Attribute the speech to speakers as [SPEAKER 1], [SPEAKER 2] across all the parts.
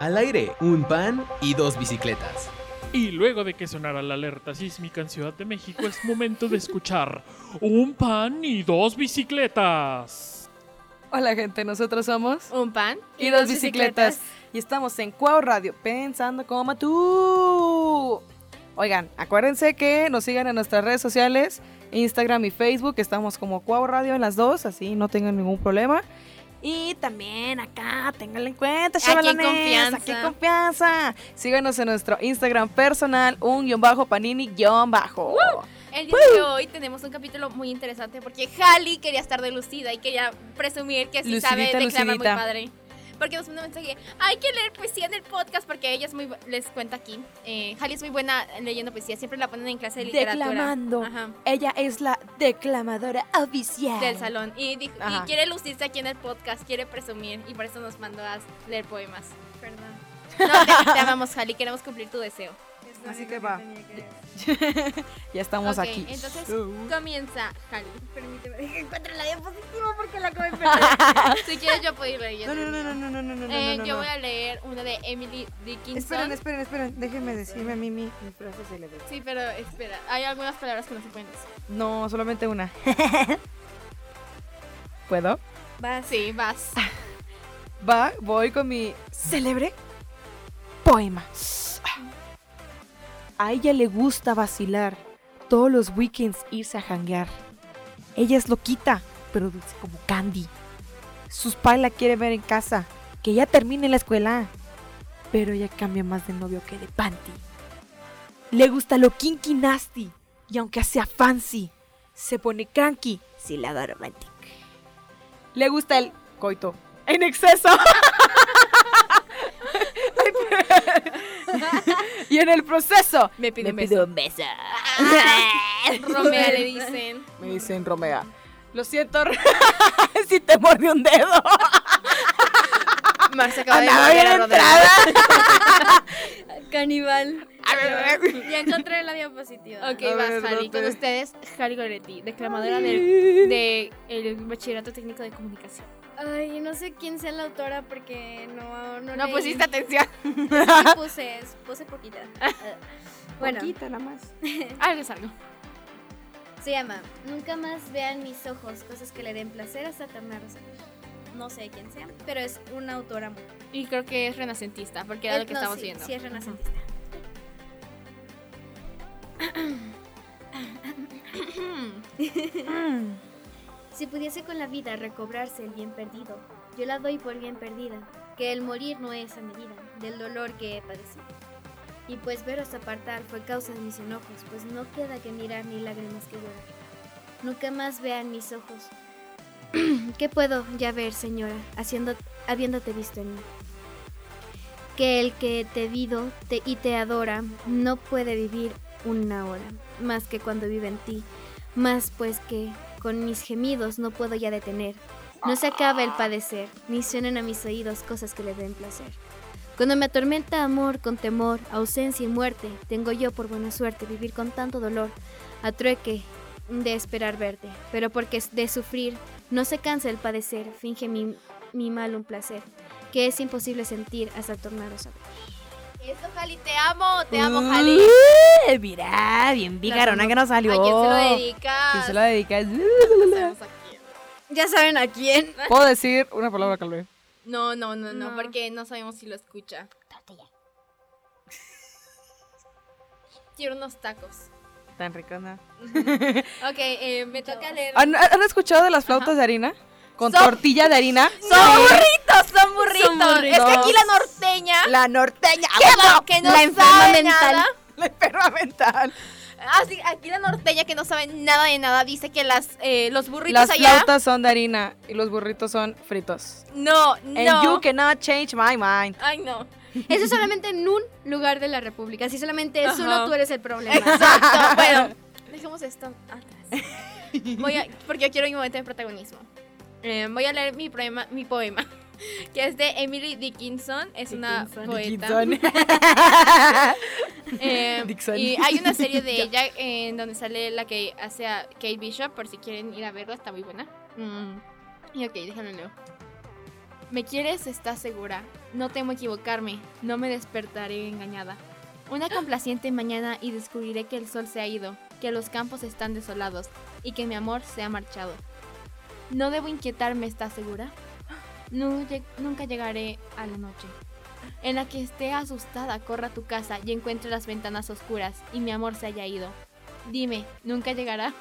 [SPEAKER 1] Al aire, un pan y dos bicicletas.
[SPEAKER 2] Y luego de que sonara la alerta sísmica en Ciudad de México, es momento de escuchar un pan y dos bicicletas.
[SPEAKER 3] Hola gente, nosotros somos
[SPEAKER 4] Un pan
[SPEAKER 3] y dos bicicletas y estamos en Cuau Radio pensando como tú. Oigan, acuérdense que nos sigan en nuestras redes sociales, Instagram y Facebook, estamos como Cuau Radio en las dos, así no tengan ningún problema. Y también acá, ténganlo en cuenta,
[SPEAKER 4] Aquí en
[SPEAKER 3] chavalones,
[SPEAKER 4] confianza.
[SPEAKER 3] Aquí en confianza. Síganos en nuestro Instagram personal, un guión bajo panini guión bajo.
[SPEAKER 4] El día de hoy tenemos un capítulo muy interesante porque Halley quería estar de lucida y quería presumir que sí sabe
[SPEAKER 3] Lucidita,
[SPEAKER 4] declamar muy
[SPEAKER 3] lucidita.
[SPEAKER 4] padre. Porque nos mandó un mensaje, hay que leer poesía en el podcast porque ella es muy, bu- les cuenta aquí, eh, Halley es muy buena leyendo poesía, siempre la ponen en clase de literatura.
[SPEAKER 3] Declamando.
[SPEAKER 4] Ajá,
[SPEAKER 3] Ella es la declamadora oficial.
[SPEAKER 4] del salón. Y, dijo- y
[SPEAKER 3] Ajá.
[SPEAKER 4] quiere lucirse aquí en el podcast, quiere presumir y por eso nos mandó a leer poemas. Perdón. No, te, te amamos Halley, queremos cumplir tu deseo.
[SPEAKER 3] Así que va. Ya estamos
[SPEAKER 4] Ok,
[SPEAKER 3] aquí.
[SPEAKER 4] entonces,
[SPEAKER 3] Uh.
[SPEAKER 4] Comienza, Halley. Permíteme, deja que encuentre la diapositiva porque la acabo de perder. si quieres, yo puedo ir leyendo.
[SPEAKER 5] No, no, no, no, no, no, no, no,
[SPEAKER 4] Eh,
[SPEAKER 5] no,
[SPEAKER 4] yo
[SPEAKER 5] no.
[SPEAKER 4] voy a leer una de Emily Dickinson.
[SPEAKER 5] Esperen, esperen, esperen. Déjenme decirme a mí mi, mi frase célebre.
[SPEAKER 4] Sí, pero espera, hay algunas palabras que no se pueden decir.
[SPEAKER 3] No, solamente una. ¿Puedo?
[SPEAKER 4] Vas. Ah, Sí, vas.
[SPEAKER 3] Va, voy con mi célebre poema. A ella le gusta vacilar, todos los weekends irse a janguear. Ella es loquita, pero dulce como candy. Sus padres la quieren ver en casa, que ella termine la escuela. Pero ella cambia más de novio que de panty. Le gusta lo kinky nasty, y aunque sea fancy, se pone cranky si la da romantic. Le gusta el coito en exceso. y en el proceso
[SPEAKER 4] Me pido un beso.
[SPEAKER 3] pido un beso.
[SPEAKER 4] Romea le dicen.
[SPEAKER 3] Me dicen Romea. Lo siento, si te mordí un dedo.
[SPEAKER 4] Marcia acaba de
[SPEAKER 3] Andaba
[SPEAKER 4] morir
[SPEAKER 3] bien
[SPEAKER 4] a Rodrigo.
[SPEAKER 3] entrada.
[SPEAKER 4] Caníbal.
[SPEAKER 3] A ver, a ver.
[SPEAKER 4] Ya encontré la diapositiva. Ok,
[SPEAKER 5] A
[SPEAKER 4] vas,
[SPEAKER 5] ver,
[SPEAKER 4] Jali. Con
[SPEAKER 5] ¿dónde?
[SPEAKER 4] ustedes, Jali Goretti, declamadora del de el Bachillerato Técnico de Comunicación.
[SPEAKER 6] Ay, no sé quién sea la autora porque no no,
[SPEAKER 4] No
[SPEAKER 6] leí.
[SPEAKER 4] pusiste atención.
[SPEAKER 6] Sí puse, puse poquita. bueno,
[SPEAKER 5] Poquita nada más.
[SPEAKER 4] Algo Ah, es algo.
[SPEAKER 6] se llama Nunca más vean mis ojos, cosas que le den placer hasta tornarlos. en- No sé quién sea, pero es una autora muy
[SPEAKER 4] Y creo que es renacentista, porque era lo que
[SPEAKER 6] No,
[SPEAKER 4] estamos
[SPEAKER 6] sí,
[SPEAKER 4] viendo.
[SPEAKER 6] Sí, es renacentista. Si pudiese con la vida recobrarse el bien perdido, yo la doy por bien perdida, que el morir no es a medida del dolor que he padecido. Y pues veros apartar fue causa de mis enojos, pues no queda que mirar ni lágrimas que llorar. Nunca más vean mis ojos. ¿Qué puedo ya ver, señora, haciendo, habiéndote visto en mí? que el que te vido te- y te adora no puede vivir una hora más que cuando vive en ti, más pues que con mis gemidos no puedo ya detener. No se acaba el padecer, ni suenan a mis oídos cosas que le den placer. Cuando me atormenta amor con temor, ausencia y muerte, tengo yo por buena suerte vivir con tanto dolor, a trueque de esperar verte, pero porque de sufrir no se cansa el padecer, finge mi, mi mal un placer que es imposible sentir hasta tornaros a ver.
[SPEAKER 4] Eso, Jali, te amo, te amo, Jali.
[SPEAKER 3] Uh, Mira, bien bigarona que nos
[SPEAKER 4] ¿A
[SPEAKER 3] salió.
[SPEAKER 4] quién se lo dedicas?
[SPEAKER 3] ¿Quién se lo dedicas?
[SPEAKER 4] No sabemos a quién.
[SPEAKER 6] Ya saben a quién.
[SPEAKER 3] Puedo decir una palabra, Calvé.
[SPEAKER 4] No, no, no, no,
[SPEAKER 6] No.
[SPEAKER 4] porque no sabemos si lo escucha. Quiero unos tacos.
[SPEAKER 3] Tan rico, ¿no?
[SPEAKER 4] Ok, eh, me toca leer.
[SPEAKER 3] ¿Han, han escuchado de las flautas de harina? Con
[SPEAKER 4] Son-
[SPEAKER 3] tortilla de harina.
[SPEAKER 4] ¡Son burritos! ¡Son burritos!
[SPEAKER 3] Son burritos.
[SPEAKER 4] Es que aquí la norteña,
[SPEAKER 3] La norteña.
[SPEAKER 4] que no
[SPEAKER 6] La enferma
[SPEAKER 4] sabe
[SPEAKER 6] mental.
[SPEAKER 4] nada.
[SPEAKER 3] La enferma mental.
[SPEAKER 4] Ah, sí, aquí la norteña que no sabe nada de nada dice que las, eh, los burritos
[SPEAKER 3] Las
[SPEAKER 4] allá.
[SPEAKER 3] flautas son de harina y los burritos son fritos.
[SPEAKER 4] No,
[SPEAKER 3] And you
[SPEAKER 4] no.
[SPEAKER 3] cannot change my mind.
[SPEAKER 4] Ay, no.
[SPEAKER 6] Eso es solamente en un lugar de la República. Si solamente es
[SPEAKER 4] Ajá.
[SPEAKER 6] uno, tú eres el problema.
[SPEAKER 4] Exacto. bueno, dejemos esto atrás. Voy a- porque yo quiero mi momento de protagonismo. Eh, voy a leer mi poema, mi poema, que es de Emily Dickinson. Es una poeta. Eh,
[SPEAKER 3] Dixon.
[SPEAKER 4] y hay una serie de ella eh, en donde sale la que hace a Kate Bishop, por si quieren ir a verla, está muy buena. Mm. Y ok, déjame leo. Me quieres, está segura. No temo equivocarme. No me despertaré engañada. Una complaciente mañana y descubriré que el sol se ha ido, que los campos están desolados y que mi amor se ha marchado. No debo inquietarme, está segura. Nu- lle- nunca llegaré a la noche. En la que esté asustada, corra a tu casa y encuentre las ventanas oscuras y mi amor se haya ido. Dime, ¿nunca llegará?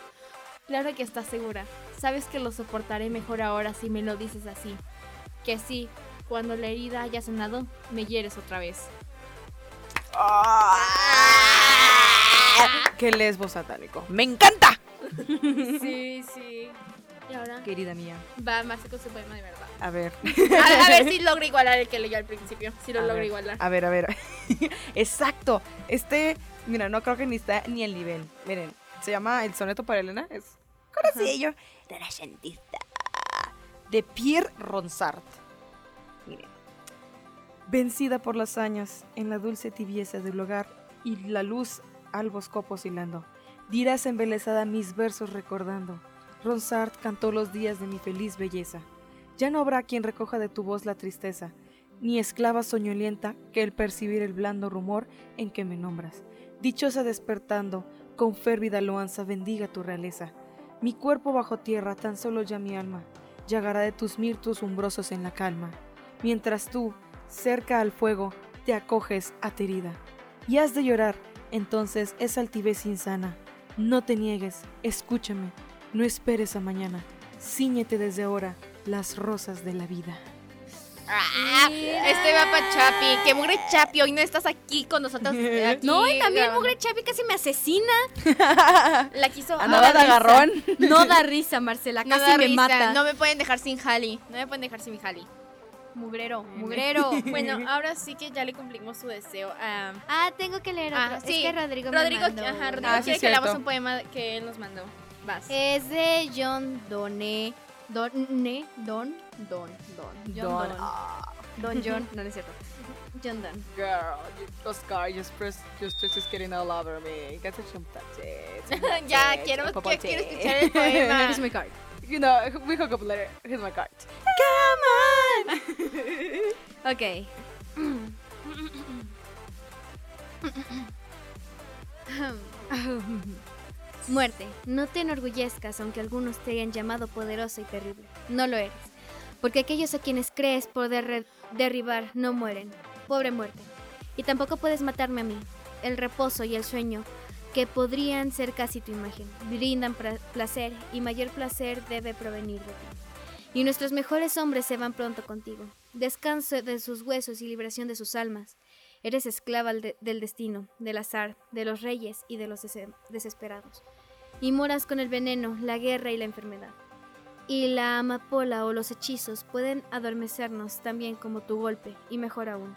[SPEAKER 4] Claro que estás segura. Sabes que lo soportaré mejor ahora si me lo dices así. Que sí, cuando la herida haya sanado, me hieres otra vez.
[SPEAKER 3] Ah,
[SPEAKER 7] ¡Qué lesbo satánico! ¡Me encanta!
[SPEAKER 4] Sí, sí. Y ahora
[SPEAKER 7] Querida mía,
[SPEAKER 4] va más con su poema de verdad.
[SPEAKER 7] a ver.
[SPEAKER 4] A, a ver si logra igualar el que leyó al principio. Si lo
[SPEAKER 7] A
[SPEAKER 4] logra
[SPEAKER 7] ver,
[SPEAKER 4] igualar.
[SPEAKER 7] A ver, a ver. Exacto. Este, mira, no creo que ni está ni el nivel. Miren, se llama El soneto para Elena. Es conocillo. Renacentista. De Pierre Ronsard. Miren. Vencida por los años, en la dulce tibieza del hogar y la luz albos copos hilando, dirás embelesada mis versos recordando. Ronsard cantó los días de mi feliz belleza. Ya no habrá quien recoja de tu voz la tristeza, ni esclava soñolienta que el percibir el blando rumor en que me nombras. Dichosa despertando, con férvida loanza bendiga tu realeza. Mi cuerpo bajo tierra, tan solo ya mi alma, llagará de tus mirtos umbrosos en la calma, mientras tú, cerca al fuego, te acoges aterida. Y has de llorar, entonces es altivez insana. No te niegues, escúchame, no esperes a mañana, ciñete desde ahora las rosas de la vida.
[SPEAKER 4] Ah, este va para Chapi. Que mugre Chapi, hoy no estás aquí con nosotros. eh, aquí,
[SPEAKER 6] No, y también
[SPEAKER 4] la-
[SPEAKER 6] Mugre Chapi casi me asesina.
[SPEAKER 4] La quiso.
[SPEAKER 7] Andaba de
[SPEAKER 4] dar risa.
[SPEAKER 7] agarrón.
[SPEAKER 6] No da risa, Marcela,
[SPEAKER 4] No
[SPEAKER 6] casi
[SPEAKER 4] da
[SPEAKER 6] me
[SPEAKER 4] risa,
[SPEAKER 6] mata.
[SPEAKER 4] No me pueden dejar sin Jali. No me pueden dejar sin mi Jali. Mugrero, mugrero. bueno, ahora sí que ya le cumplimos su deseo. Ah,
[SPEAKER 6] Ah, tengo que leer otro.
[SPEAKER 4] Ah, sí.
[SPEAKER 6] Es que Rodrigo, me
[SPEAKER 4] Rodrigo,
[SPEAKER 6] mandó
[SPEAKER 4] ajá,
[SPEAKER 6] uno.
[SPEAKER 4] Rodrigo
[SPEAKER 7] Ah, sí,
[SPEAKER 4] quiere que
[SPEAKER 7] cierto.
[SPEAKER 4] leamos un poema que él nos mandó. Vas.
[SPEAKER 6] Es de John Doné. Doné. Don. Don. Don. John Don. Don John. Ah. No, no es cierto. John Don.
[SPEAKER 3] Girl, you- Oscar, your stress, your stress is getting all over me. Get the chantages.
[SPEAKER 4] ya, quiero, que- quiero escuchar el poema.
[SPEAKER 6] Here's my card.
[SPEAKER 3] You know, we hook up later. Here's my card.
[SPEAKER 6] Ok. Muerte. No te enorgullezcas aunque algunos te hayan llamado poderoso y terrible. No lo eres. Porque aquellos a quienes crees poder re- derribar no mueren. Pobre muerte. Y tampoco puedes matarme a mí. El reposo y el sueño, que podrían ser casi tu imagen, brindan pra- placer y mayor placer debe provenir de ti y nuestros mejores hombres se van pronto contigo. Descanso de sus huesos y liberación de sus almas. Eres esclava al de- del destino, del azar, de los reyes y de los dese- desesperados. Y moras con el veneno, la guerra y la enfermedad. Y la amapola o los hechizos pueden adormecernos también como tu golpe, y mejor aún.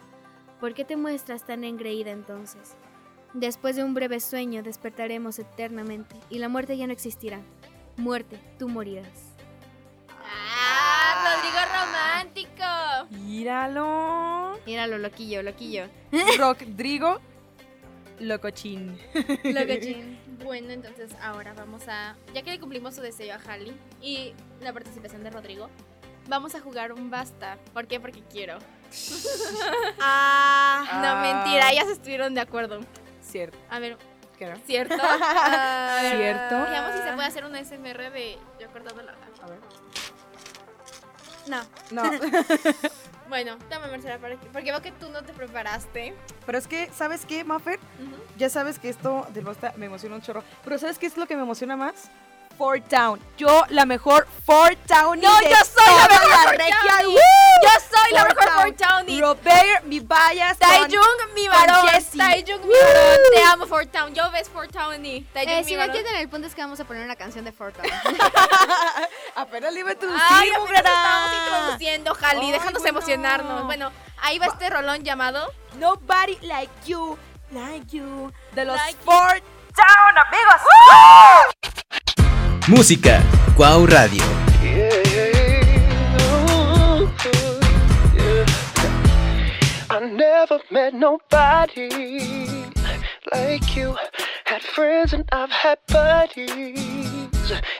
[SPEAKER 6] ¿Por qué te muestras tan engreída entonces? Después de un breve sueño despertaremos eternamente y la muerte ya no existirá. Muerte, tú morirás.
[SPEAKER 4] Ah, Rodrigo romántico.
[SPEAKER 7] Míralo.
[SPEAKER 6] Míralo, loquillo, loquillo.
[SPEAKER 7] Rodrigo Locochín.
[SPEAKER 4] Bueno, entonces ahora vamos a. Ya que le cumplimos su deseo a Halley y la participación de Rodrigo, vamos a jugar un basta. ¿Por qué? Porque quiero. ah, no,
[SPEAKER 3] Ah.
[SPEAKER 4] mentira, ellas estuvieron de acuerdo.
[SPEAKER 3] Cierto,
[SPEAKER 4] A ver,
[SPEAKER 3] quiero.
[SPEAKER 4] ¿cierto? Ah, a ver,
[SPEAKER 7] ¿Cierto?
[SPEAKER 4] Veamos si se puede hacer un SMR de yo cortando la hoja.
[SPEAKER 3] A ver.
[SPEAKER 4] No.
[SPEAKER 3] No,
[SPEAKER 4] Bueno, dame Marcela para que. Porque veo que tú no te preparaste.
[SPEAKER 3] pero es que, ¿sabes qué, Maffer? Ya sabes que esto del Basta me emociona un chorro. Pero ¿sabes qué es lo que me emociona más? Four Town. Yo, la mejor Four Town. No, yo soy la mejor regia. ¡Woo!
[SPEAKER 4] Yo soy la
[SPEAKER 3] Four
[SPEAKER 4] mejor
[SPEAKER 3] Town.
[SPEAKER 4] Fort Townie.
[SPEAKER 3] Robert, mi vallas.
[SPEAKER 4] Taeyung, mi varón.
[SPEAKER 3] con Jessie.
[SPEAKER 4] Taeyung, mi varón. Te amo, Fort Town. Yo ves Fort Town y Taeyung,
[SPEAKER 6] Eh,
[SPEAKER 4] mi
[SPEAKER 6] si no
[SPEAKER 4] varón.
[SPEAKER 6] entienden el punto es que vamos a poner una canción de Fortnite.
[SPEAKER 3] Apenas le iba a introducir,
[SPEAKER 4] Ay, apenas
[SPEAKER 3] mugrera.
[SPEAKER 4] estamos introduciendo, Jali,
[SPEAKER 3] Ay,
[SPEAKER 4] déjanos
[SPEAKER 3] bueno.
[SPEAKER 4] emocionarnos. Bueno, ahí va este rolón llamado
[SPEAKER 3] Nobody like you, like you. De los
[SPEAKER 4] Like
[SPEAKER 3] Four Town, amigos.
[SPEAKER 1] Música, Cuau Radio.
[SPEAKER 8] I never met nobody like you. Had friends and I've had buddies.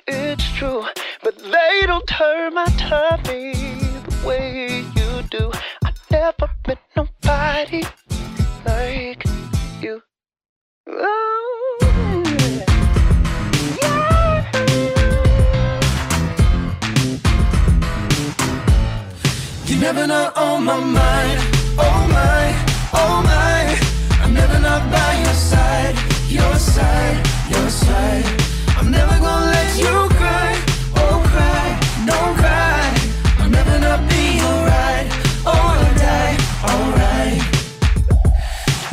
[SPEAKER 8] It's true, but they don't turn my tummy the way you do. I never met nobody like you. Oh, You never know on my mind, oh my, oh my. I'm never not by your side, your side, your side. I'm never gonna let you cry, oh cry, don't cry. I'll never not be alright, oh I'll die, alright.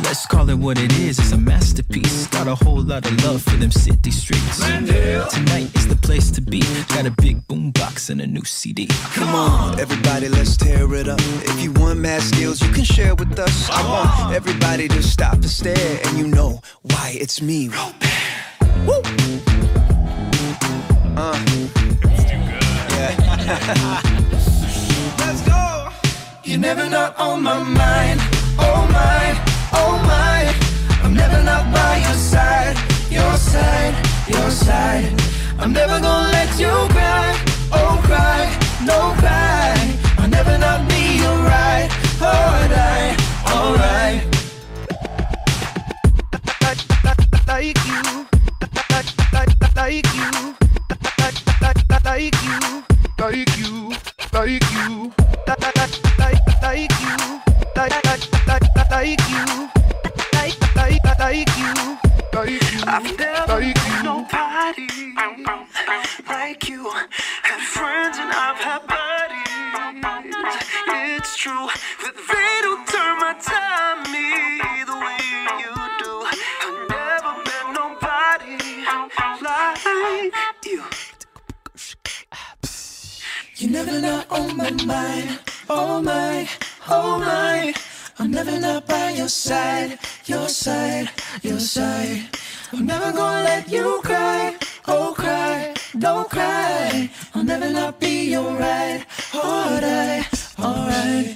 [SPEAKER 8] Let's call it what it is, it's a masterpiece. Got a whole lot of love for them city streets. Tonight is the place to be. Got a big boom box and a new CD. Come on, everybody, let's tear it up. If you want mad skills, you can share with us. I want everybody to stop and stare, and you know why it's me. Woo! Uh. Yeah. Let's go. You're never not on my mind. Oh my, oh my. I'm never not by your side, your side, your side. I'm never gonna let you cry. Oh cry, no cry. I'll never not be alright. Alright, alright. Like you, like you, like you, like you, like you, like you. I've never met nobody like you. Had friends and I've had buddies. It's true that they don't turn my tummy the way you do. I've never met nobody like you. You never not on my mind. Oh my, oh my. I'm never not by your side, your side, your side. I'm never gonna let you cry. Oh cry, don't cry. I'll never not be alright. Alright, alright.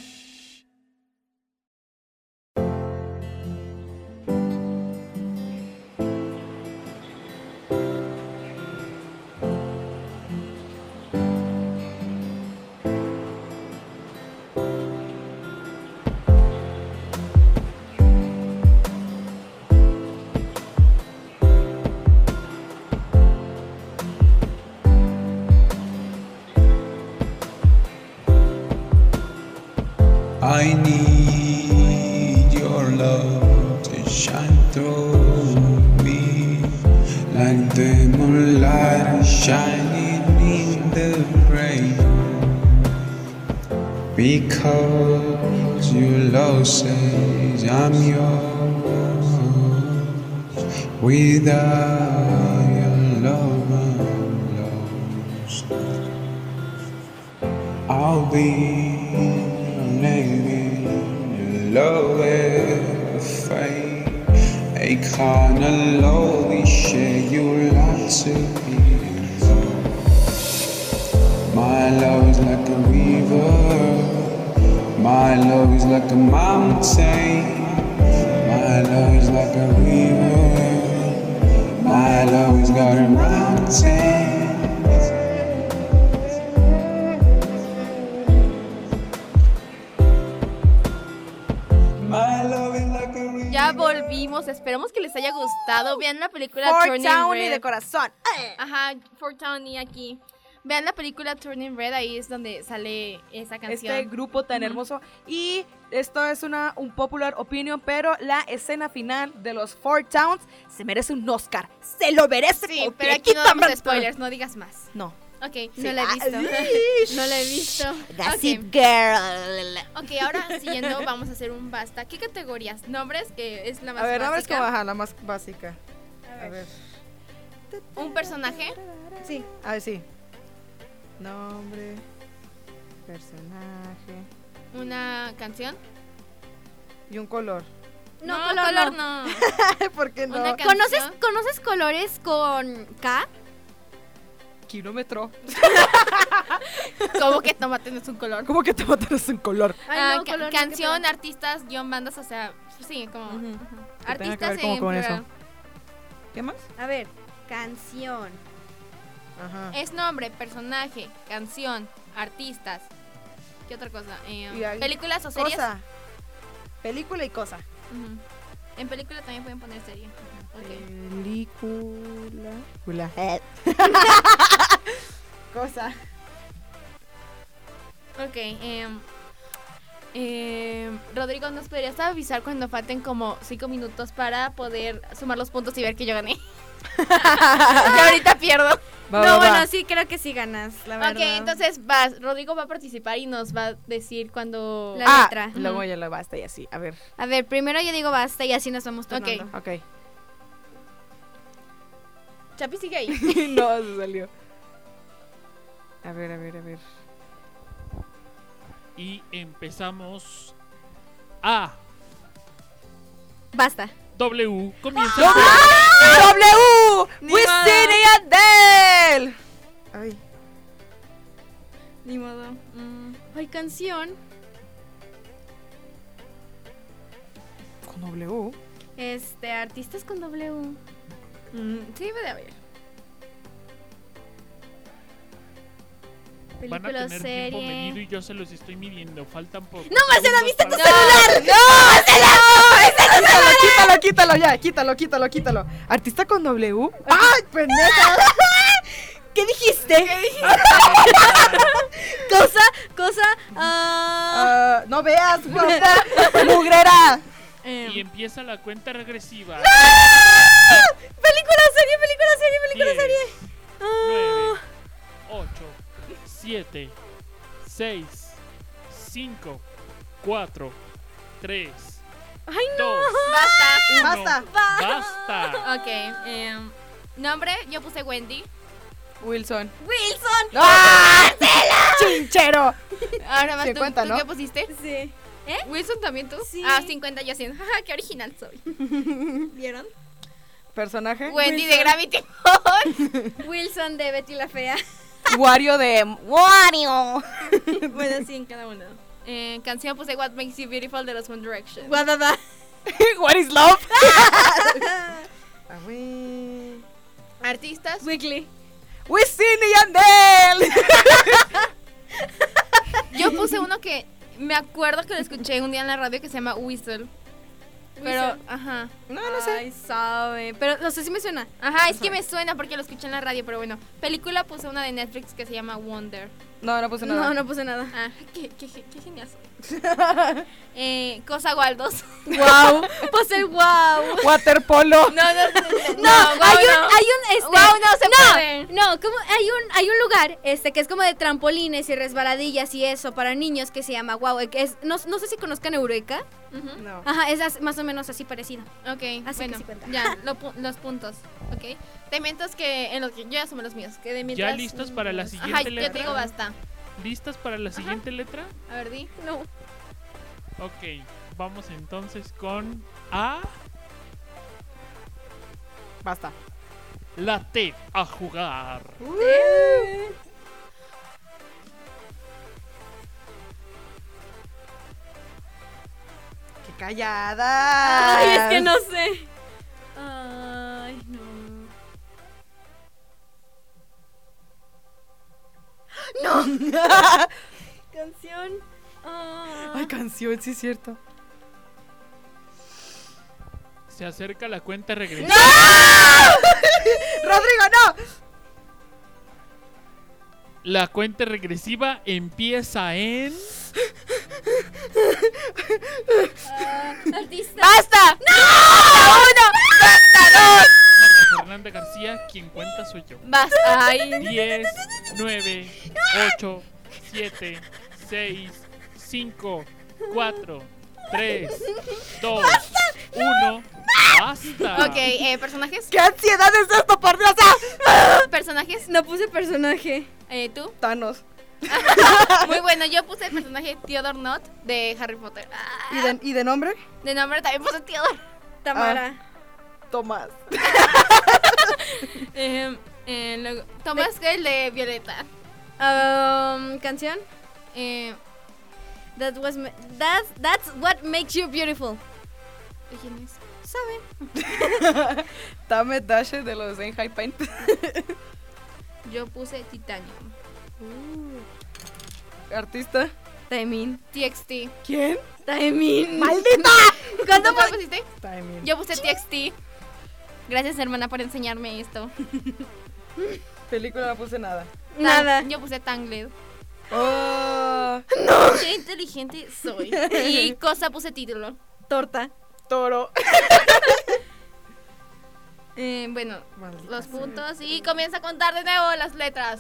[SPEAKER 9] I need your love to shine through me like the moonlight shining in the rain. Because your love says I'm yours. Without your love, I'm lost. I'll be name love and fame. A kind of love we share, you like to be involved. My love is like a river, my love is like a mountain. My love is like a river, my love is like a mountain. My love is like a river.
[SPEAKER 4] Ya volvimos, esperamos que les haya gustado. Vean la película
[SPEAKER 3] Fort
[SPEAKER 4] Turning
[SPEAKER 3] Town y
[SPEAKER 4] Red.
[SPEAKER 3] de corazón.
[SPEAKER 4] Ajá, Fort Town y aquí. Vean la película Turning Red, ahí es donde sale esa canción.
[SPEAKER 3] Este grupo tan
[SPEAKER 4] Ujú.
[SPEAKER 3] hermoso. Y esto es una un popular opinion, pero la escena final de los Four Towns se merece un Oscar. Se lo merece.
[SPEAKER 4] Sí,
[SPEAKER 3] porque
[SPEAKER 4] pero aquí no damos
[SPEAKER 3] también-
[SPEAKER 4] spoilers, no digas más.
[SPEAKER 3] No. Ah,
[SPEAKER 4] Ok, no la he visto. no la he visto.
[SPEAKER 7] That's
[SPEAKER 4] Ok.
[SPEAKER 7] it, girl.
[SPEAKER 4] Ok, ahora siguiendo vamos a hacer un basta. ¿Qué categorías? Nombres, que es la más
[SPEAKER 3] A ver, vamos
[SPEAKER 4] básica.
[SPEAKER 3] con baja, la más básica. A ver.
[SPEAKER 4] Un personaje.
[SPEAKER 3] Sí, a ver, sí. Nombre, personaje
[SPEAKER 4] Una canción.
[SPEAKER 3] y un color.
[SPEAKER 6] No, color
[SPEAKER 4] no.
[SPEAKER 3] ¿Por qué no?
[SPEAKER 4] Una canción.
[SPEAKER 6] ¿Conoces, ¿Conoces colores con K?
[SPEAKER 3] Kilómetro.
[SPEAKER 4] ¿Cómo que tomate no es un color?
[SPEAKER 3] ¿Cómo que te va a tener un color?
[SPEAKER 4] Ah,
[SPEAKER 6] Ay, no,
[SPEAKER 4] ca-
[SPEAKER 6] color no, qué
[SPEAKER 4] canción,
[SPEAKER 6] pena.
[SPEAKER 4] artistas, guión, bandas, o sea, sí, como
[SPEAKER 3] Ujú.
[SPEAKER 4] ujú.
[SPEAKER 3] Que tenga que
[SPEAKER 4] artistas
[SPEAKER 3] ver como
[SPEAKER 4] en
[SPEAKER 3] con
[SPEAKER 4] plural.
[SPEAKER 3] ¿Qué más?
[SPEAKER 6] A ver, canción.
[SPEAKER 3] Ajá.
[SPEAKER 4] Eh, Es nombre, personaje, canción, artistas. ¿Qué otra cosa? Eh,
[SPEAKER 3] Y hay
[SPEAKER 4] películas o series.
[SPEAKER 3] Cosa. Película y cosa.
[SPEAKER 4] Ujú. En película también pueden poner serie. Ok.
[SPEAKER 3] Película. cosa.
[SPEAKER 4] Ok. em, em, Rodrigo, ¿nos podrías avisar cuando falten como 5 minutos para poder sumar los puntos y ver que yo gané? Y ahorita pierdo.
[SPEAKER 3] Va,
[SPEAKER 6] no,
[SPEAKER 3] va,
[SPEAKER 6] bueno,
[SPEAKER 3] va.
[SPEAKER 6] sí creo que sí ganas, la verdad.
[SPEAKER 4] Ok, entonces vas, Rodrigo va a participar y nos va a decir cuando...
[SPEAKER 6] La
[SPEAKER 3] Ah,
[SPEAKER 6] letra.
[SPEAKER 3] luego ya lo basta y así. A ver,
[SPEAKER 6] A ver, primero yo digo basta y así nos vamos turnando.
[SPEAKER 3] ok.
[SPEAKER 4] Chapi sigue ahí.
[SPEAKER 3] no, se salió. A ver, a ver, a ver.
[SPEAKER 2] Y empezamos. A.
[SPEAKER 6] Basta.
[SPEAKER 2] W. Comienza.
[SPEAKER 3] Ah, W!
[SPEAKER 6] Ni
[SPEAKER 3] ¡We
[SPEAKER 6] modo.
[SPEAKER 3] see the Adele! Ay,
[SPEAKER 4] Ni modo. Mm, Ay, canción.
[SPEAKER 3] con W.
[SPEAKER 6] Este, artistas con W.
[SPEAKER 4] Mm, sí, debe de haber.
[SPEAKER 2] Van a
[SPEAKER 6] Película,
[SPEAKER 2] tener tiempo
[SPEAKER 6] serie.
[SPEAKER 2] medido y yo se los estoy midiendo. Faltan por. ¡No,
[SPEAKER 4] Marcela, ¿viste tu
[SPEAKER 3] ¡No! ¡Quítalo, quítalo, quítalo ya! Quítalo, quítalo, quítalo. ¿Artista con W? ¡Ay, pendeja!
[SPEAKER 6] ¿Qué dijiste? cosa, cosa. ah,
[SPEAKER 3] Ah, no veas, puta mugrera.
[SPEAKER 6] em,
[SPEAKER 2] Y empieza la cuenta regresiva.
[SPEAKER 6] película, serie, película, serie, película,
[SPEAKER 2] Diez,
[SPEAKER 6] serie.
[SPEAKER 2] nueve, ocho, siete, seis, cinco, cuatro, tres,
[SPEAKER 6] Ay,
[SPEAKER 2] dos,
[SPEAKER 4] Basta.
[SPEAKER 2] uno,
[SPEAKER 3] Basta.
[SPEAKER 2] basta.
[SPEAKER 4] Ok. em, nombre, yo puse Wendy.
[SPEAKER 3] Wilson.
[SPEAKER 4] Wilson.
[SPEAKER 3] ¡Ah! ¡Chinchero!
[SPEAKER 4] Ahora más tú,
[SPEAKER 3] 50,
[SPEAKER 4] ¿tú
[SPEAKER 3] ¿no?
[SPEAKER 4] qué pusiste?
[SPEAKER 6] Sí.
[SPEAKER 4] ¿Eh? ¿Wilson también tú?
[SPEAKER 6] Sí.
[SPEAKER 4] Ah, 50 yo haciendo. Jaja, qué original soy.
[SPEAKER 6] ¿Vieron?
[SPEAKER 3] ¿Personaje?
[SPEAKER 4] Wendy de Gravity.
[SPEAKER 6] Wilson de Betty la Fea.
[SPEAKER 3] Wario de... ¡Wario!
[SPEAKER 6] bueno, sí, en cada uno.
[SPEAKER 4] Eh, canción puse What Makes You Beautiful de los One Direction.
[SPEAKER 6] Guadada.
[SPEAKER 3] What is love? Ah, güey.
[SPEAKER 4] Artistas.
[SPEAKER 6] Weekly.
[SPEAKER 3] We sing the Yandel.
[SPEAKER 4] Yo puse uno que me acuerdo que lo escuché un día en la radio que se llama Whistle. Pero,
[SPEAKER 6] Whistle.
[SPEAKER 4] ajá.
[SPEAKER 3] No, no sé.
[SPEAKER 6] Ay, sabe. Pero no sé si me suena.
[SPEAKER 4] Ajá, es que me suena porque lo escuché en la radio, pero bueno. Película puse una de Netflix que se llama Wonder.
[SPEAKER 3] No, no puse
[SPEAKER 6] No,
[SPEAKER 3] nada.
[SPEAKER 6] no puse nada.
[SPEAKER 4] Ah, qué, qué, qué- qué genial soy. Eh, Cosa Waldos.
[SPEAKER 3] Wow.
[SPEAKER 6] Puse wow.
[SPEAKER 3] Waterpolo.
[SPEAKER 4] No, no, no.
[SPEAKER 6] Pues No, hay un, hay un este,
[SPEAKER 4] Guau, no se
[SPEAKER 6] no,
[SPEAKER 4] puede.
[SPEAKER 6] no, como hay un, hay un lugar este que es como de trampolines y resbaladillas y eso para niños que se llama Wow, que es, no, no sé si conozcan Eureka.
[SPEAKER 4] Ujú.
[SPEAKER 3] No.
[SPEAKER 6] Ajá, es as- más o menos así parecido.
[SPEAKER 4] Ok,
[SPEAKER 6] Así que
[SPEAKER 4] bueno,
[SPEAKER 6] sí cuenta.
[SPEAKER 4] ya, lo pu- los puntos, ok. Te mientas que en los que yo ya sumé los míos, que de mientras...
[SPEAKER 2] ¿Ya listas para la siguiente
[SPEAKER 4] Ajá, yo
[SPEAKER 2] letra?
[SPEAKER 4] te digo basta.
[SPEAKER 2] ¿Listas para la siguiente letra?
[SPEAKER 4] A ver, di. No.
[SPEAKER 2] Ok, vamos entonces con A,
[SPEAKER 3] Basta.
[SPEAKER 2] la T, a jugar.
[SPEAKER 3] ¡Qué callada!
[SPEAKER 6] Ay, es que no sé. Ay, no. Canción. Ah.
[SPEAKER 3] Ay, canción, sí es cierto.
[SPEAKER 2] Se acerca la cuenta regresiva.
[SPEAKER 3] ¡Rodrigo, no!
[SPEAKER 2] La cuenta regresiva empieza en...
[SPEAKER 6] Artista.
[SPEAKER 3] ¡Basta!
[SPEAKER 2] María Fernanda García, quien cuenta soy yo.
[SPEAKER 4] Basta. Ay.
[SPEAKER 2] 10, 9, 8, 7, 6, 5, 4, 3, 2, 1. ¡Basta!
[SPEAKER 4] Ok, eh, personajes.
[SPEAKER 3] ¡Qué ansiedad es esto, por Dios! ¡Ah!
[SPEAKER 4] Personajes.
[SPEAKER 6] No puse personaje.
[SPEAKER 4] Eh, tú.
[SPEAKER 3] Thanos.
[SPEAKER 4] Muy bueno, yo puse el personaje Theodore Knott de Harry Potter. Ah,
[SPEAKER 3] ¿Y de, y de nombre?
[SPEAKER 4] de nombre también puse Theodore.
[SPEAKER 6] Tamara.
[SPEAKER 3] Tomás.
[SPEAKER 6] Em,
[SPEAKER 4] Eh, eh, luego, Tomás Gale de Violeta.
[SPEAKER 6] Um, canción.
[SPEAKER 4] Eh,
[SPEAKER 6] Em, That was ma- that's, that's what makes you beautiful.
[SPEAKER 4] ¿de ¿Quién es?
[SPEAKER 6] ¿Sabe?
[SPEAKER 3] Tame Dasher de los En High Paint.
[SPEAKER 4] Yo puse Titanium.
[SPEAKER 3] Artista.
[SPEAKER 6] Taemin.
[SPEAKER 4] TXT.
[SPEAKER 3] ¿Quién?
[SPEAKER 6] Taemin.
[SPEAKER 3] ¡Maldita!
[SPEAKER 4] ¿Cuánto me pusiste?
[SPEAKER 3] Taemin.
[SPEAKER 4] Yo puse TXT. Gracias, hermana, por enseñarme esto.
[SPEAKER 3] Película no puse nada.
[SPEAKER 4] Tan-
[SPEAKER 6] Nada.
[SPEAKER 4] Yo puse Tangled.
[SPEAKER 3] Oh,
[SPEAKER 4] Qué inteligente soy. Y cosa puse título.
[SPEAKER 6] Torta.
[SPEAKER 3] toro.
[SPEAKER 4] Eh, bueno,
[SPEAKER 3] Maldita
[SPEAKER 4] los puntos. Y comienza a contar de nuevo las letras.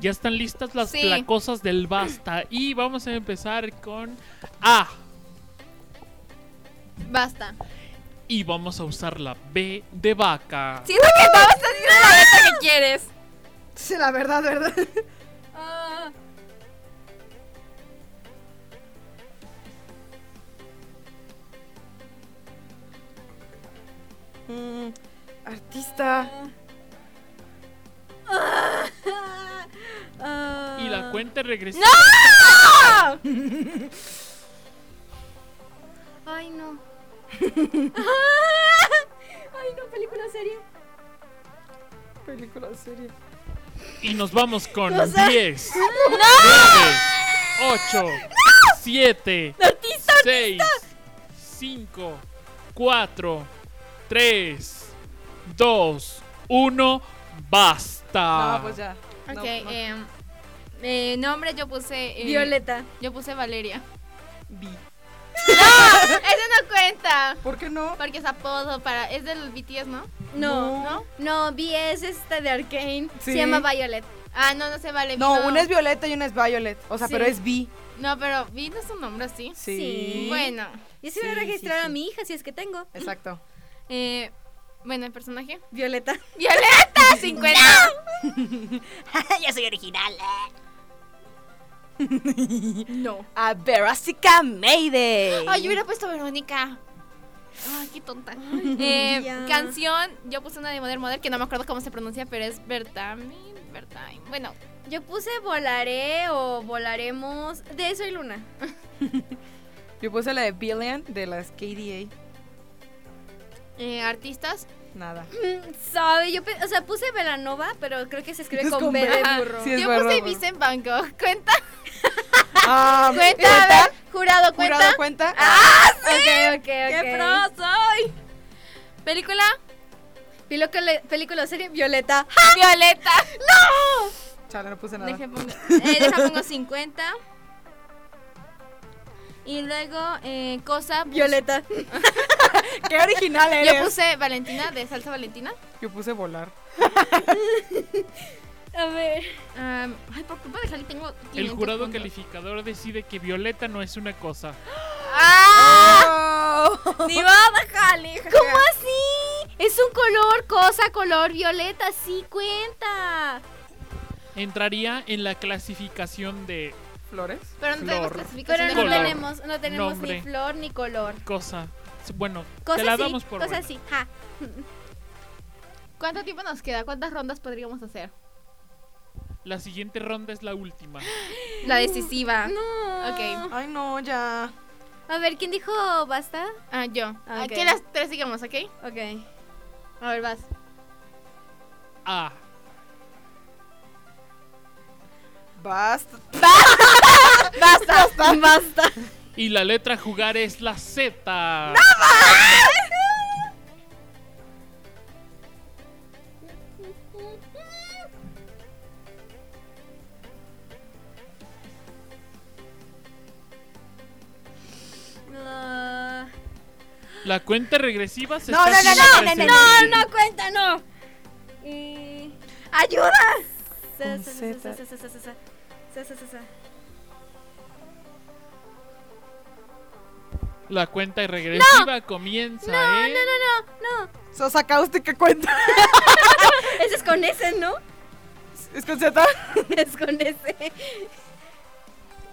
[SPEAKER 2] Ya están listas las
[SPEAKER 4] Sí.
[SPEAKER 2] placosas del basta. Y vamos a empezar con A.
[SPEAKER 4] Basta.
[SPEAKER 2] Y vamos a usar la B de vaca.
[SPEAKER 4] Siento que estamos haciendo la letra que quieres.
[SPEAKER 3] Sí, la verdad, ¿verdad?
[SPEAKER 4] Ah.
[SPEAKER 3] Mm, artista.
[SPEAKER 2] Y la cuenta regresiva.
[SPEAKER 4] ¡Ah!
[SPEAKER 6] Ay, no. Ay, no, película seria.
[SPEAKER 3] Película seria.
[SPEAKER 2] Y nos vamos con
[SPEAKER 6] O sea-
[SPEAKER 2] 10, 9, 8, 7, 6, 5, 4, 3, 2, 1. Basta.
[SPEAKER 3] No, pues ya.
[SPEAKER 4] Ok,
[SPEAKER 3] No, no.
[SPEAKER 4] em, eh, nombre yo puse. eh,
[SPEAKER 6] Violeta.
[SPEAKER 4] Yo puse Valeria.
[SPEAKER 3] Vi.
[SPEAKER 4] Eso no cuenta.
[SPEAKER 3] ¿Por qué no?
[SPEAKER 4] Porque es apodo para. Es del BTS, ¿no?
[SPEAKER 6] No.
[SPEAKER 4] ¿No?
[SPEAKER 6] No, vi es esta de Arkane.
[SPEAKER 3] Sí.
[SPEAKER 6] Se llama Violet.
[SPEAKER 4] Ah, no, no se vale.
[SPEAKER 3] No,
[SPEAKER 4] vino-
[SPEAKER 3] una es Violeta y una es Violet. O sea,
[SPEAKER 6] Sí.
[SPEAKER 3] pero es Vi.
[SPEAKER 4] No, pero vino su nombre así.
[SPEAKER 3] Sí.
[SPEAKER 4] Bueno,
[SPEAKER 6] Yo se voy a
[SPEAKER 3] Sí, sí,
[SPEAKER 6] registrar a
[SPEAKER 3] sí.
[SPEAKER 6] mi hija si es que tengo.
[SPEAKER 3] Exacto.
[SPEAKER 4] eh, bueno, el personaje.
[SPEAKER 6] Violeta.
[SPEAKER 4] ¡Violeta! 50.
[SPEAKER 6] No.
[SPEAKER 3] ¿eh? A Verástica Mayday.
[SPEAKER 4] Ay, yo hubiera puesto Verónica. Ay, qué tonta. Eh,
[SPEAKER 6] ya.
[SPEAKER 4] canción, yo puse una de Modern Model que no me acuerdo cómo se pronuncia, pero es Bertamin. Bertamin. Bueno,
[SPEAKER 6] Yo puse volaré o volaremos de Soy Luna.
[SPEAKER 3] Yo puse la de Billion de las KDA.
[SPEAKER 4] eh, artistas.
[SPEAKER 3] Nada.
[SPEAKER 6] Mm, Sabe, yo, pe- o sea, puse Velanova, pero creo que se escribe
[SPEAKER 3] Es
[SPEAKER 6] con,
[SPEAKER 3] con
[SPEAKER 6] B
[SPEAKER 3] B.
[SPEAKER 6] de burro.
[SPEAKER 3] Sí, es
[SPEAKER 4] Ah, yo
[SPEAKER 3] verdad,
[SPEAKER 4] puse
[SPEAKER 3] verdad.
[SPEAKER 4] Vincent Van Gogh. Cuenta,
[SPEAKER 3] Ah,
[SPEAKER 4] cuenta, a ver. Jurado, cuenta. Ah.
[SPEAKER 3] ¿Jurado cuenta?
[SPEAKER 6] Ok, ok, ok.
[SPEAKER 4] ¡Qué pro soy! ¿Película?
[SPEAKER 6] Película, película serie Violeta.
[SPEAKER 4] ¡Violeta!
[SPEAKER 3] Chale, no puse nada.
[SPEAKER 4] Deja pongo, eh, deja pongo 50. Y luego, eh, cosa. pus-
[SPEAKER 6] Violeta.
[SPEAKER 3] ¡Qué original eres!
[SPEAKER 4] Yo puse Valentina, de Salsa Valentina.
[SPEAKER 3] Yo puse volar.
[SPEAKER 6] A ver.
[SPEAKER 4] Am, ay, por culpa de Jali tengo. 500
[SPEAKER 2] El jurado
[SPEAKER 4] puntos.
[SPEAKER 2] calificador decide que Violeta no es una cosa.
[SPEAKER 4] ¡Ah!
[SPEAKER 3] Oh.
[SPEAKER 4] ¡Ni modo, Jali!
[SPEAKER 6] ¿Cómo así? Es un color, cosa, color, violeta, sí cuenta.
[SPEAKER 2] Entraría en la clasificación de
[SPEAKER 3] ¿Flores?
[SPEAKER 4] Pero no tenemos
[SPEAKER 2] Flor.
[SPEAKER 4] clasificación.
[SPEAKER 6] Pero no
[SPEAKER 2] Color.
[SPEAKER 6] tenemos, no tenemos
[SPEAKER 2] Nombre.
[SPEAKER 6] ni flor ni color.
[SPEAKER 2] cosa. Bueno,
[SPEAKER 6] Cosa
[SPEAKER 2] te la
[SPEAKER 6] sí,
[SPEAKER 2] damos por
[SPEAKER 6] cosa
[SPEAKER 2] buena.
[SPEAKER 6] sí. Ja.
[SPEAKER 4] ¿Cuánto tiempo nos queda? ¿Cuántas rondas podríamos hacer?
[SPEAKER 2] La siguiente ronda es la última.
[SPEAKER 4] La decisiva.
[SPEAKER 6] No.
[SPEAKER 4] Ok.
[SPEAKER 3] Ay, no, ya.
[SPEAKER 6] A ver, ¿quién dijo basta?
[SPEAKER 4] Ah, yo.
[SPEAKER 6] Ah,
[SPEAKER 4] Aquí
[SPEAKER 6] ok.
[SPEAKER 4] las tres sigamos, ¿ok?
[SPEAKER 6] Ok.
[SPEAKER 4] A ver, vas.
[SPEAKER 2] A.
[SPEAKER 3] Basta.
[SPEAKER 2] Y la letra a jugar es la Z.
[SPEAKER 6] Ah,
[SPEAKER 2] La cuenta regresiva se
[SPEAKER 3] No,
[SPEAKER 2] está
[SPEAKER 3] no, no,
[SPEAKER 2] haciendo
[SPEAKER 3] no, no, no,
[SPEAKER 6] no,
[SPEAKER 2] presente.
[SPEAKER 6] no cuenta, no. Eh, ¡Ayuda!
[SPEAKER 3] Con
[SPEAKER 6] Sa, sa,
[SPEAKER 3] zeta.
[SPEAKER 6] sa, sa, sa, sa, sa. Sa, sa, sa, sa.
[SPEAKER 2] La cuenta regresiva comienza
[SPEAKER 6] No,
[SPEAKER 2] en
[SPEAKER 6] no, no, no, no.
[SPEAKER 3] Sosa cáustica cuenta.
[SPEAKER 6] Ese es con ese, ¿no?
[SPEAKER 3] ¿Es con Z?
[SPEAKER 6] Es con ese.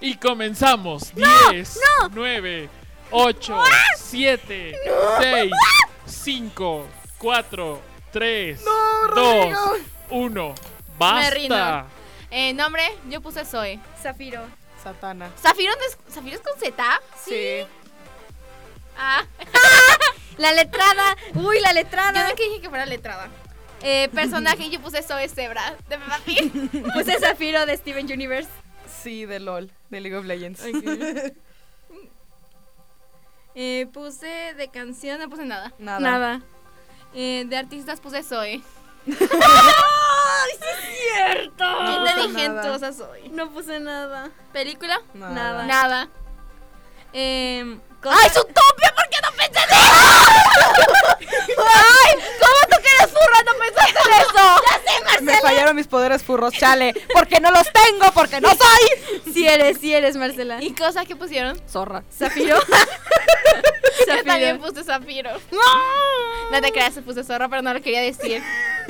[SPEAKER 2] y comenzamos. 10, 9, 8, 7, 6, 5, 4, 3,
[SPEAKER 3] Oh,
[SPEAKER 2] 2, 1.
[SPEAKER 4] Me rindo.
[SPEAKER 2] Basta.
[SPEAKER 4] Eh, nombre, yo puse Zoe.
[SPEAKER 6] Zafiro.
[SPEAKER 3] Satana.
[SPEAKER 4] ¿Zafiro, no es, ¿Zafiro es con Z?
[SPEAKER 3] Sí.
[SPEAKER 4] Ah,
[SPEAKER 6] La letrada. Uy, la letrada.
[SPEAKER 4] yo que dije que fuera letrada. Eh, personaje, yo puse Zoe Zebra de Peppa Pig.
[SPEAKER 6] Puse Zafiro de Steven Universe.
[SPEAKER 3] Sí, de LOL, de League of Legends.
[SPEAKER 4] Eh, puse de canción, no puse nada.
[SPEAKER 3] Nada.
[SPEAKER 4] Eh, de artistas puse Zoe.
[SPEAKER 6] ¡Cierto!
[SPEAKER 3] No puse
[SPEAKER 4] Inteligentosa Zoe.
[SPEAKER 6] No puse nada.
[SPEAKER 4] ¿Película?
[SPEAKER 3] Nada.
[SPEAKER 4] Nada. Em,
[SPEAKER 6] Cosa-
[SPEAKER 4] ¡Ay, su tope! ¿Por qué no pensé en eso?
[SPEAKER 6] ¡Ay! ¿Cómo tú que eres furra no pensaste en eso? ¡Ya sé,
[SPEAKER 3] Me fallaron mis poderes furros, chale. Porque no los tengo, porque no soy.
[SPEAKER 6] Si eres, si eres, Marcela.
[SPEAKER 4] ¿Y cosas que pusieron?
[SPEAKER 3] Zorra.
[SPEAKER 6] Zafiro.
[SPEAKER 4] Yo también
[SPEAKER 6] Zafiro.
[SPEAKER 4] puse Zafiro. No te creas, puse Zorra, pero no lo quería decir.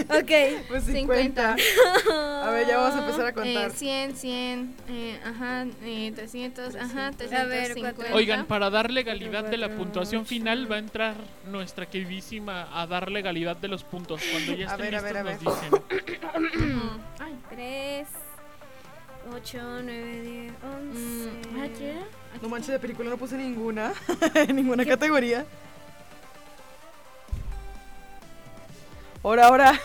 [SPEAKER 6] Ok.
[SPEAKER 3] Pues
[SPEAKER 4] 50.
[SPEAKER 3] A ver, ya vamos a empezar a contar.
[SPEAKER 4] Eh, 100, 100, eh, ajá, eh, 300, ajá,
[SPEAKER 6] A ver,
[SPEAKER 4] 350.
[SPEAKER 6] cuatro.
[SPEAKER 2] Oigan, para dar legalidad de la puntuación final va a entrar nuestra queridísima a dar legalidad de los puntos. Cuando ya
[SPEAKER 3] A
[SPEAKER 2] estén
[SPEAKER 3] ver, a
[SPEAKER 2] listos
[SPEAKER 3] ver, a
[SPEAKER 2] nos
[SPEAKER 3] ver.
[SPEAKER 2] dicen.
[SPEAKER 6] 3, 8, 9, 10,
[SPEAKER 4] Mm, ¿ah, qué?
[SPEAKER 6] 11.
[SPEAKER 3] No manches, de película no puse ninguna. en ninguna categoría. Ahora, ahora.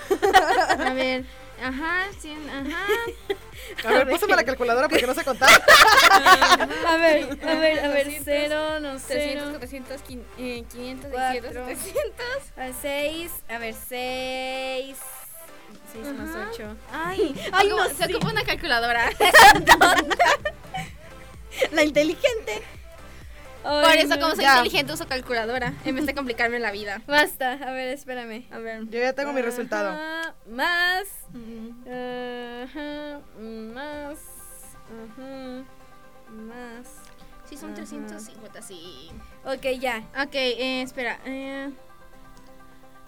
[SPEAKER 4] A ver, ajá, 100, ajá.
[SPEAKER 3] A ver, pásame la calculadora porque no sé contar.
[SPEAKER 6] A ver, a ver, a ver.
[SPEAKER 4] 200,
[SPEAKER 6] 0, no
[SPEAKER 4] 300,
[SPEAKER 6] 0.
[SPEAKER 4] 400, eh, 500, 600,
[SPEAKER 6] 4,
[SPEAKER 4] 300.
[SPEAKER 6] 6, a ver, 6. 6
[SPEAKER 4] Ajá.
[SPEAKER 6] más 8.
[SPEAKER 4] Ay, Ah,
[SPEAKER 6] Ay,
[SPEAKER 4] ocupa-
[SPEAKER 6] no,
[SPEAKER 4] se
[SPEAKER 6] sí.
[SPEAKER 4] ocupa una calculadora.
[SPEAKER 6] La inteligente.
[SPEAKER 4] Por eso, como soy
[SPEAKER 3] Ya.
[SPEAKER 4] inteligente, uso calculadora. Em, En vez de complicarme la vida.
[SPEAKER 6] Basta, a ver, espérame. A ver.
[SPEAKER 3] Yo ya tengo mi resultado.
[SPEAKER 6] Ajá, Más. Ajá, más. Ajá, más.
[SPEAKER 4] Sí, son 350, sí.
[SPEAKER 6] Ok, ya.
[SPEAKER 4] Ok, eh, espera. eh,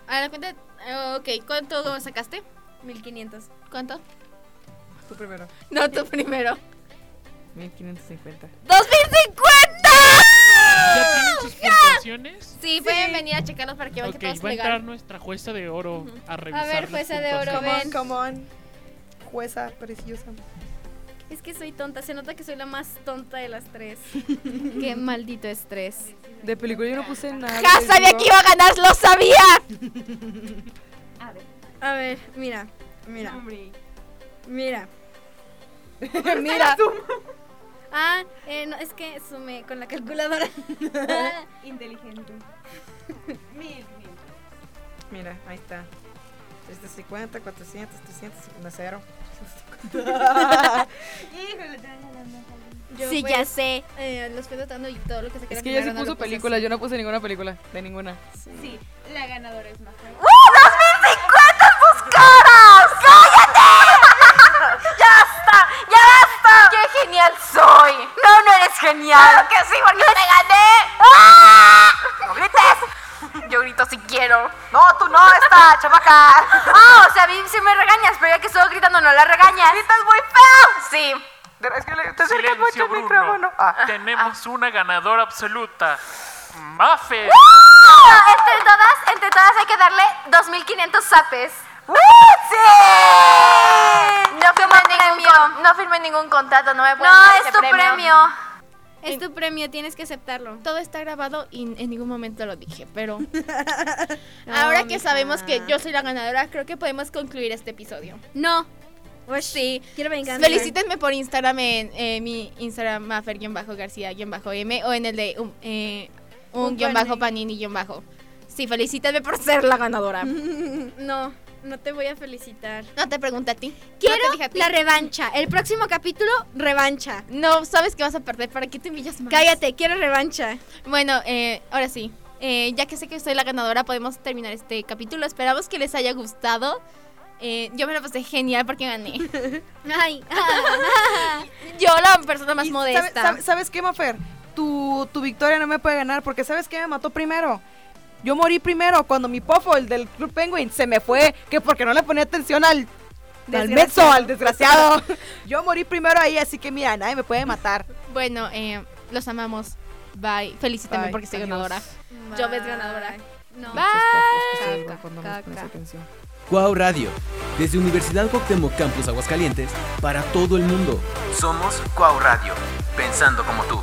[SPEAKER 4] a la cuenta. eh, ok, ¿cuánto sacaste?
[SPEAKER 6] 1500.
[SPEAKER 4] ¿Cuánto?
[SPEAKER 3] Tú primero.
[SPEAKER 4] No, tú primero.
[SPEAKER 3] 1550.
[SPEAKER 2] ¿Ya tienen sus puntuaciones?
[SPEAKER 4] Sí, pueden venir a checarlos para que vean
[SPEAKER 2] Ok,
[SPEAKER 4] que todo es
[SPEAKER 2] va a
[SPEAKER 4] legal.
[SPEAKER 2] entrar nuestra jueza de oro a revisar.
[SPEAKER 6] ver,
[SPEAKER 2] las
[SPEAKER 6] jueza de
[SPEAKER 2] puntuaciones.
[SPEAKER 6] oro,
[SPEAKER 3] Come on,
[SPEAKER 6] ven.
[SPEAKER 3] come on. Jueza preciosa.
[SPEAKER 6] Es que soy tonta, se nota que soy la más tonta de las tres.
[SPEAKER 4] Qué maldito estrés.
[SPEAKER 3] De película yo no puse nada.
[SPEAKER 4] ¡Ja! Sabía que iba a ganar, lo sabía.
[SPEAKER 6] A ver, mira, mira, mira.
[SPEAKER 3] Mira.
[SPEAKER 6] Ah, eh, no, es que sumé con la calculadora. Inteligente.
[SPEAKER 3] Mira, ahí está. Este 350, 400, 300, no, cero.
[SPEAKER 6] Yo,
[SPEAKER 4] sí,
[SPEAKER 6] pues,
[SPEAKER 4] ya sé. Eh, los fui tratando y todo lo que se quería ganar, no lo puse
[SPEAKER 3] yo no puse ninguna película. De ninguna.
[SPEAKER 2] Silencio, Bruno. Ah, Tenemos una ganadora absoluta. Mafe.
[SPEAKER 10] entre todas, entre todas hay que darle 2500 zapes. No firmé ningún, con-
[SPEAKER 4] No firmé ningún contrato, no me pueden
[SPEAKER 10] No,
[SPEAKER 4] dar
[SPEAKER 10] es
[SPEAKER 4] ese
[SPEAKER 10] tu premio.
[SPEAKER 6] Es tu premio, tienes que aceptarlo.
[SPEAKER 4] Todo está grabado y en ningún momento lo dije, pero ahora que sabemos que yo soy la ganadora, creo que podemos concluir este episodio.
[SPEAKER 6] No, Pues
[SPEAKER 4] sí.
[SPEAKER 6] quiero venganza.
[SPEAKER 4] Felicítenme por Instagram en eh, mi Instagram mafer-garcía-m o en el de um, eh, un,
[SPEAKER 6] Un
[SPEAKER 4] guión bajo
[SPEAKER 6] panini.
[SPEAKER 4] panini-bajo. Sí, felicítenme por ser la ganadora.
[SPEAKER 6] No, no te voy a felicitar.
[SPEAKER 4] No te pregunté a ti.
[SPEAKER 6] Quiero
[SPEAKER 4] no te dije a ti.
[SPEAKER 6] la revancha. El próximo capítulo, revancha.
[SPEAKER 4] No, sabes que vas a perder. ¿Para qué te humillas más?
[SPEAKER 6] Cállate, quiero revancha.
[SPEAKER 4] Bueno, eh, ahora sí. Eh, ya que sé que soy la ganadora, podemos terminar este capítulo. Esperamos que les haya gustado. Eh, yo me lo pasé genial porque gané.
[SPEAKER 6] Ay,
[SPEAKER 4] Yo, la persona más
[SPEAKER 3] Y
[SPEAKER 4] modesta.
[SPEAKER 3] sabe- sabe- ¿Sabes qué, Mafer? Tu, tu victoria no me puede ganar porque ¿sabes qué me mató primero? Yo morí primero cuando mi pofo, el del Club Penguin, se me fue, que porque no le ponía atención al, al mezzo, al desgraciado. Yo morí primero ahí, así que mira, nadie me puede matar.
[SPEAKER 4] Bueno, eh, los amamos. Bye. Felicítame
[SPEAKER 3] Bye.
[SPEAKER 4] porque soy
[SPEAKER 3] Adiós.
[SPEAKER 4] ganadora. Yo ves ganadora.
[SPEAKER 6] No.
[SPEAKER 4] Bye.
[SPEAKER 1] Cuau Radio, desde Universidad Cuauhtémoc Campus Aguascalientes, para todo el mundo.
[SPEAKER 8] Somos Cuau Radio, pensando como tú.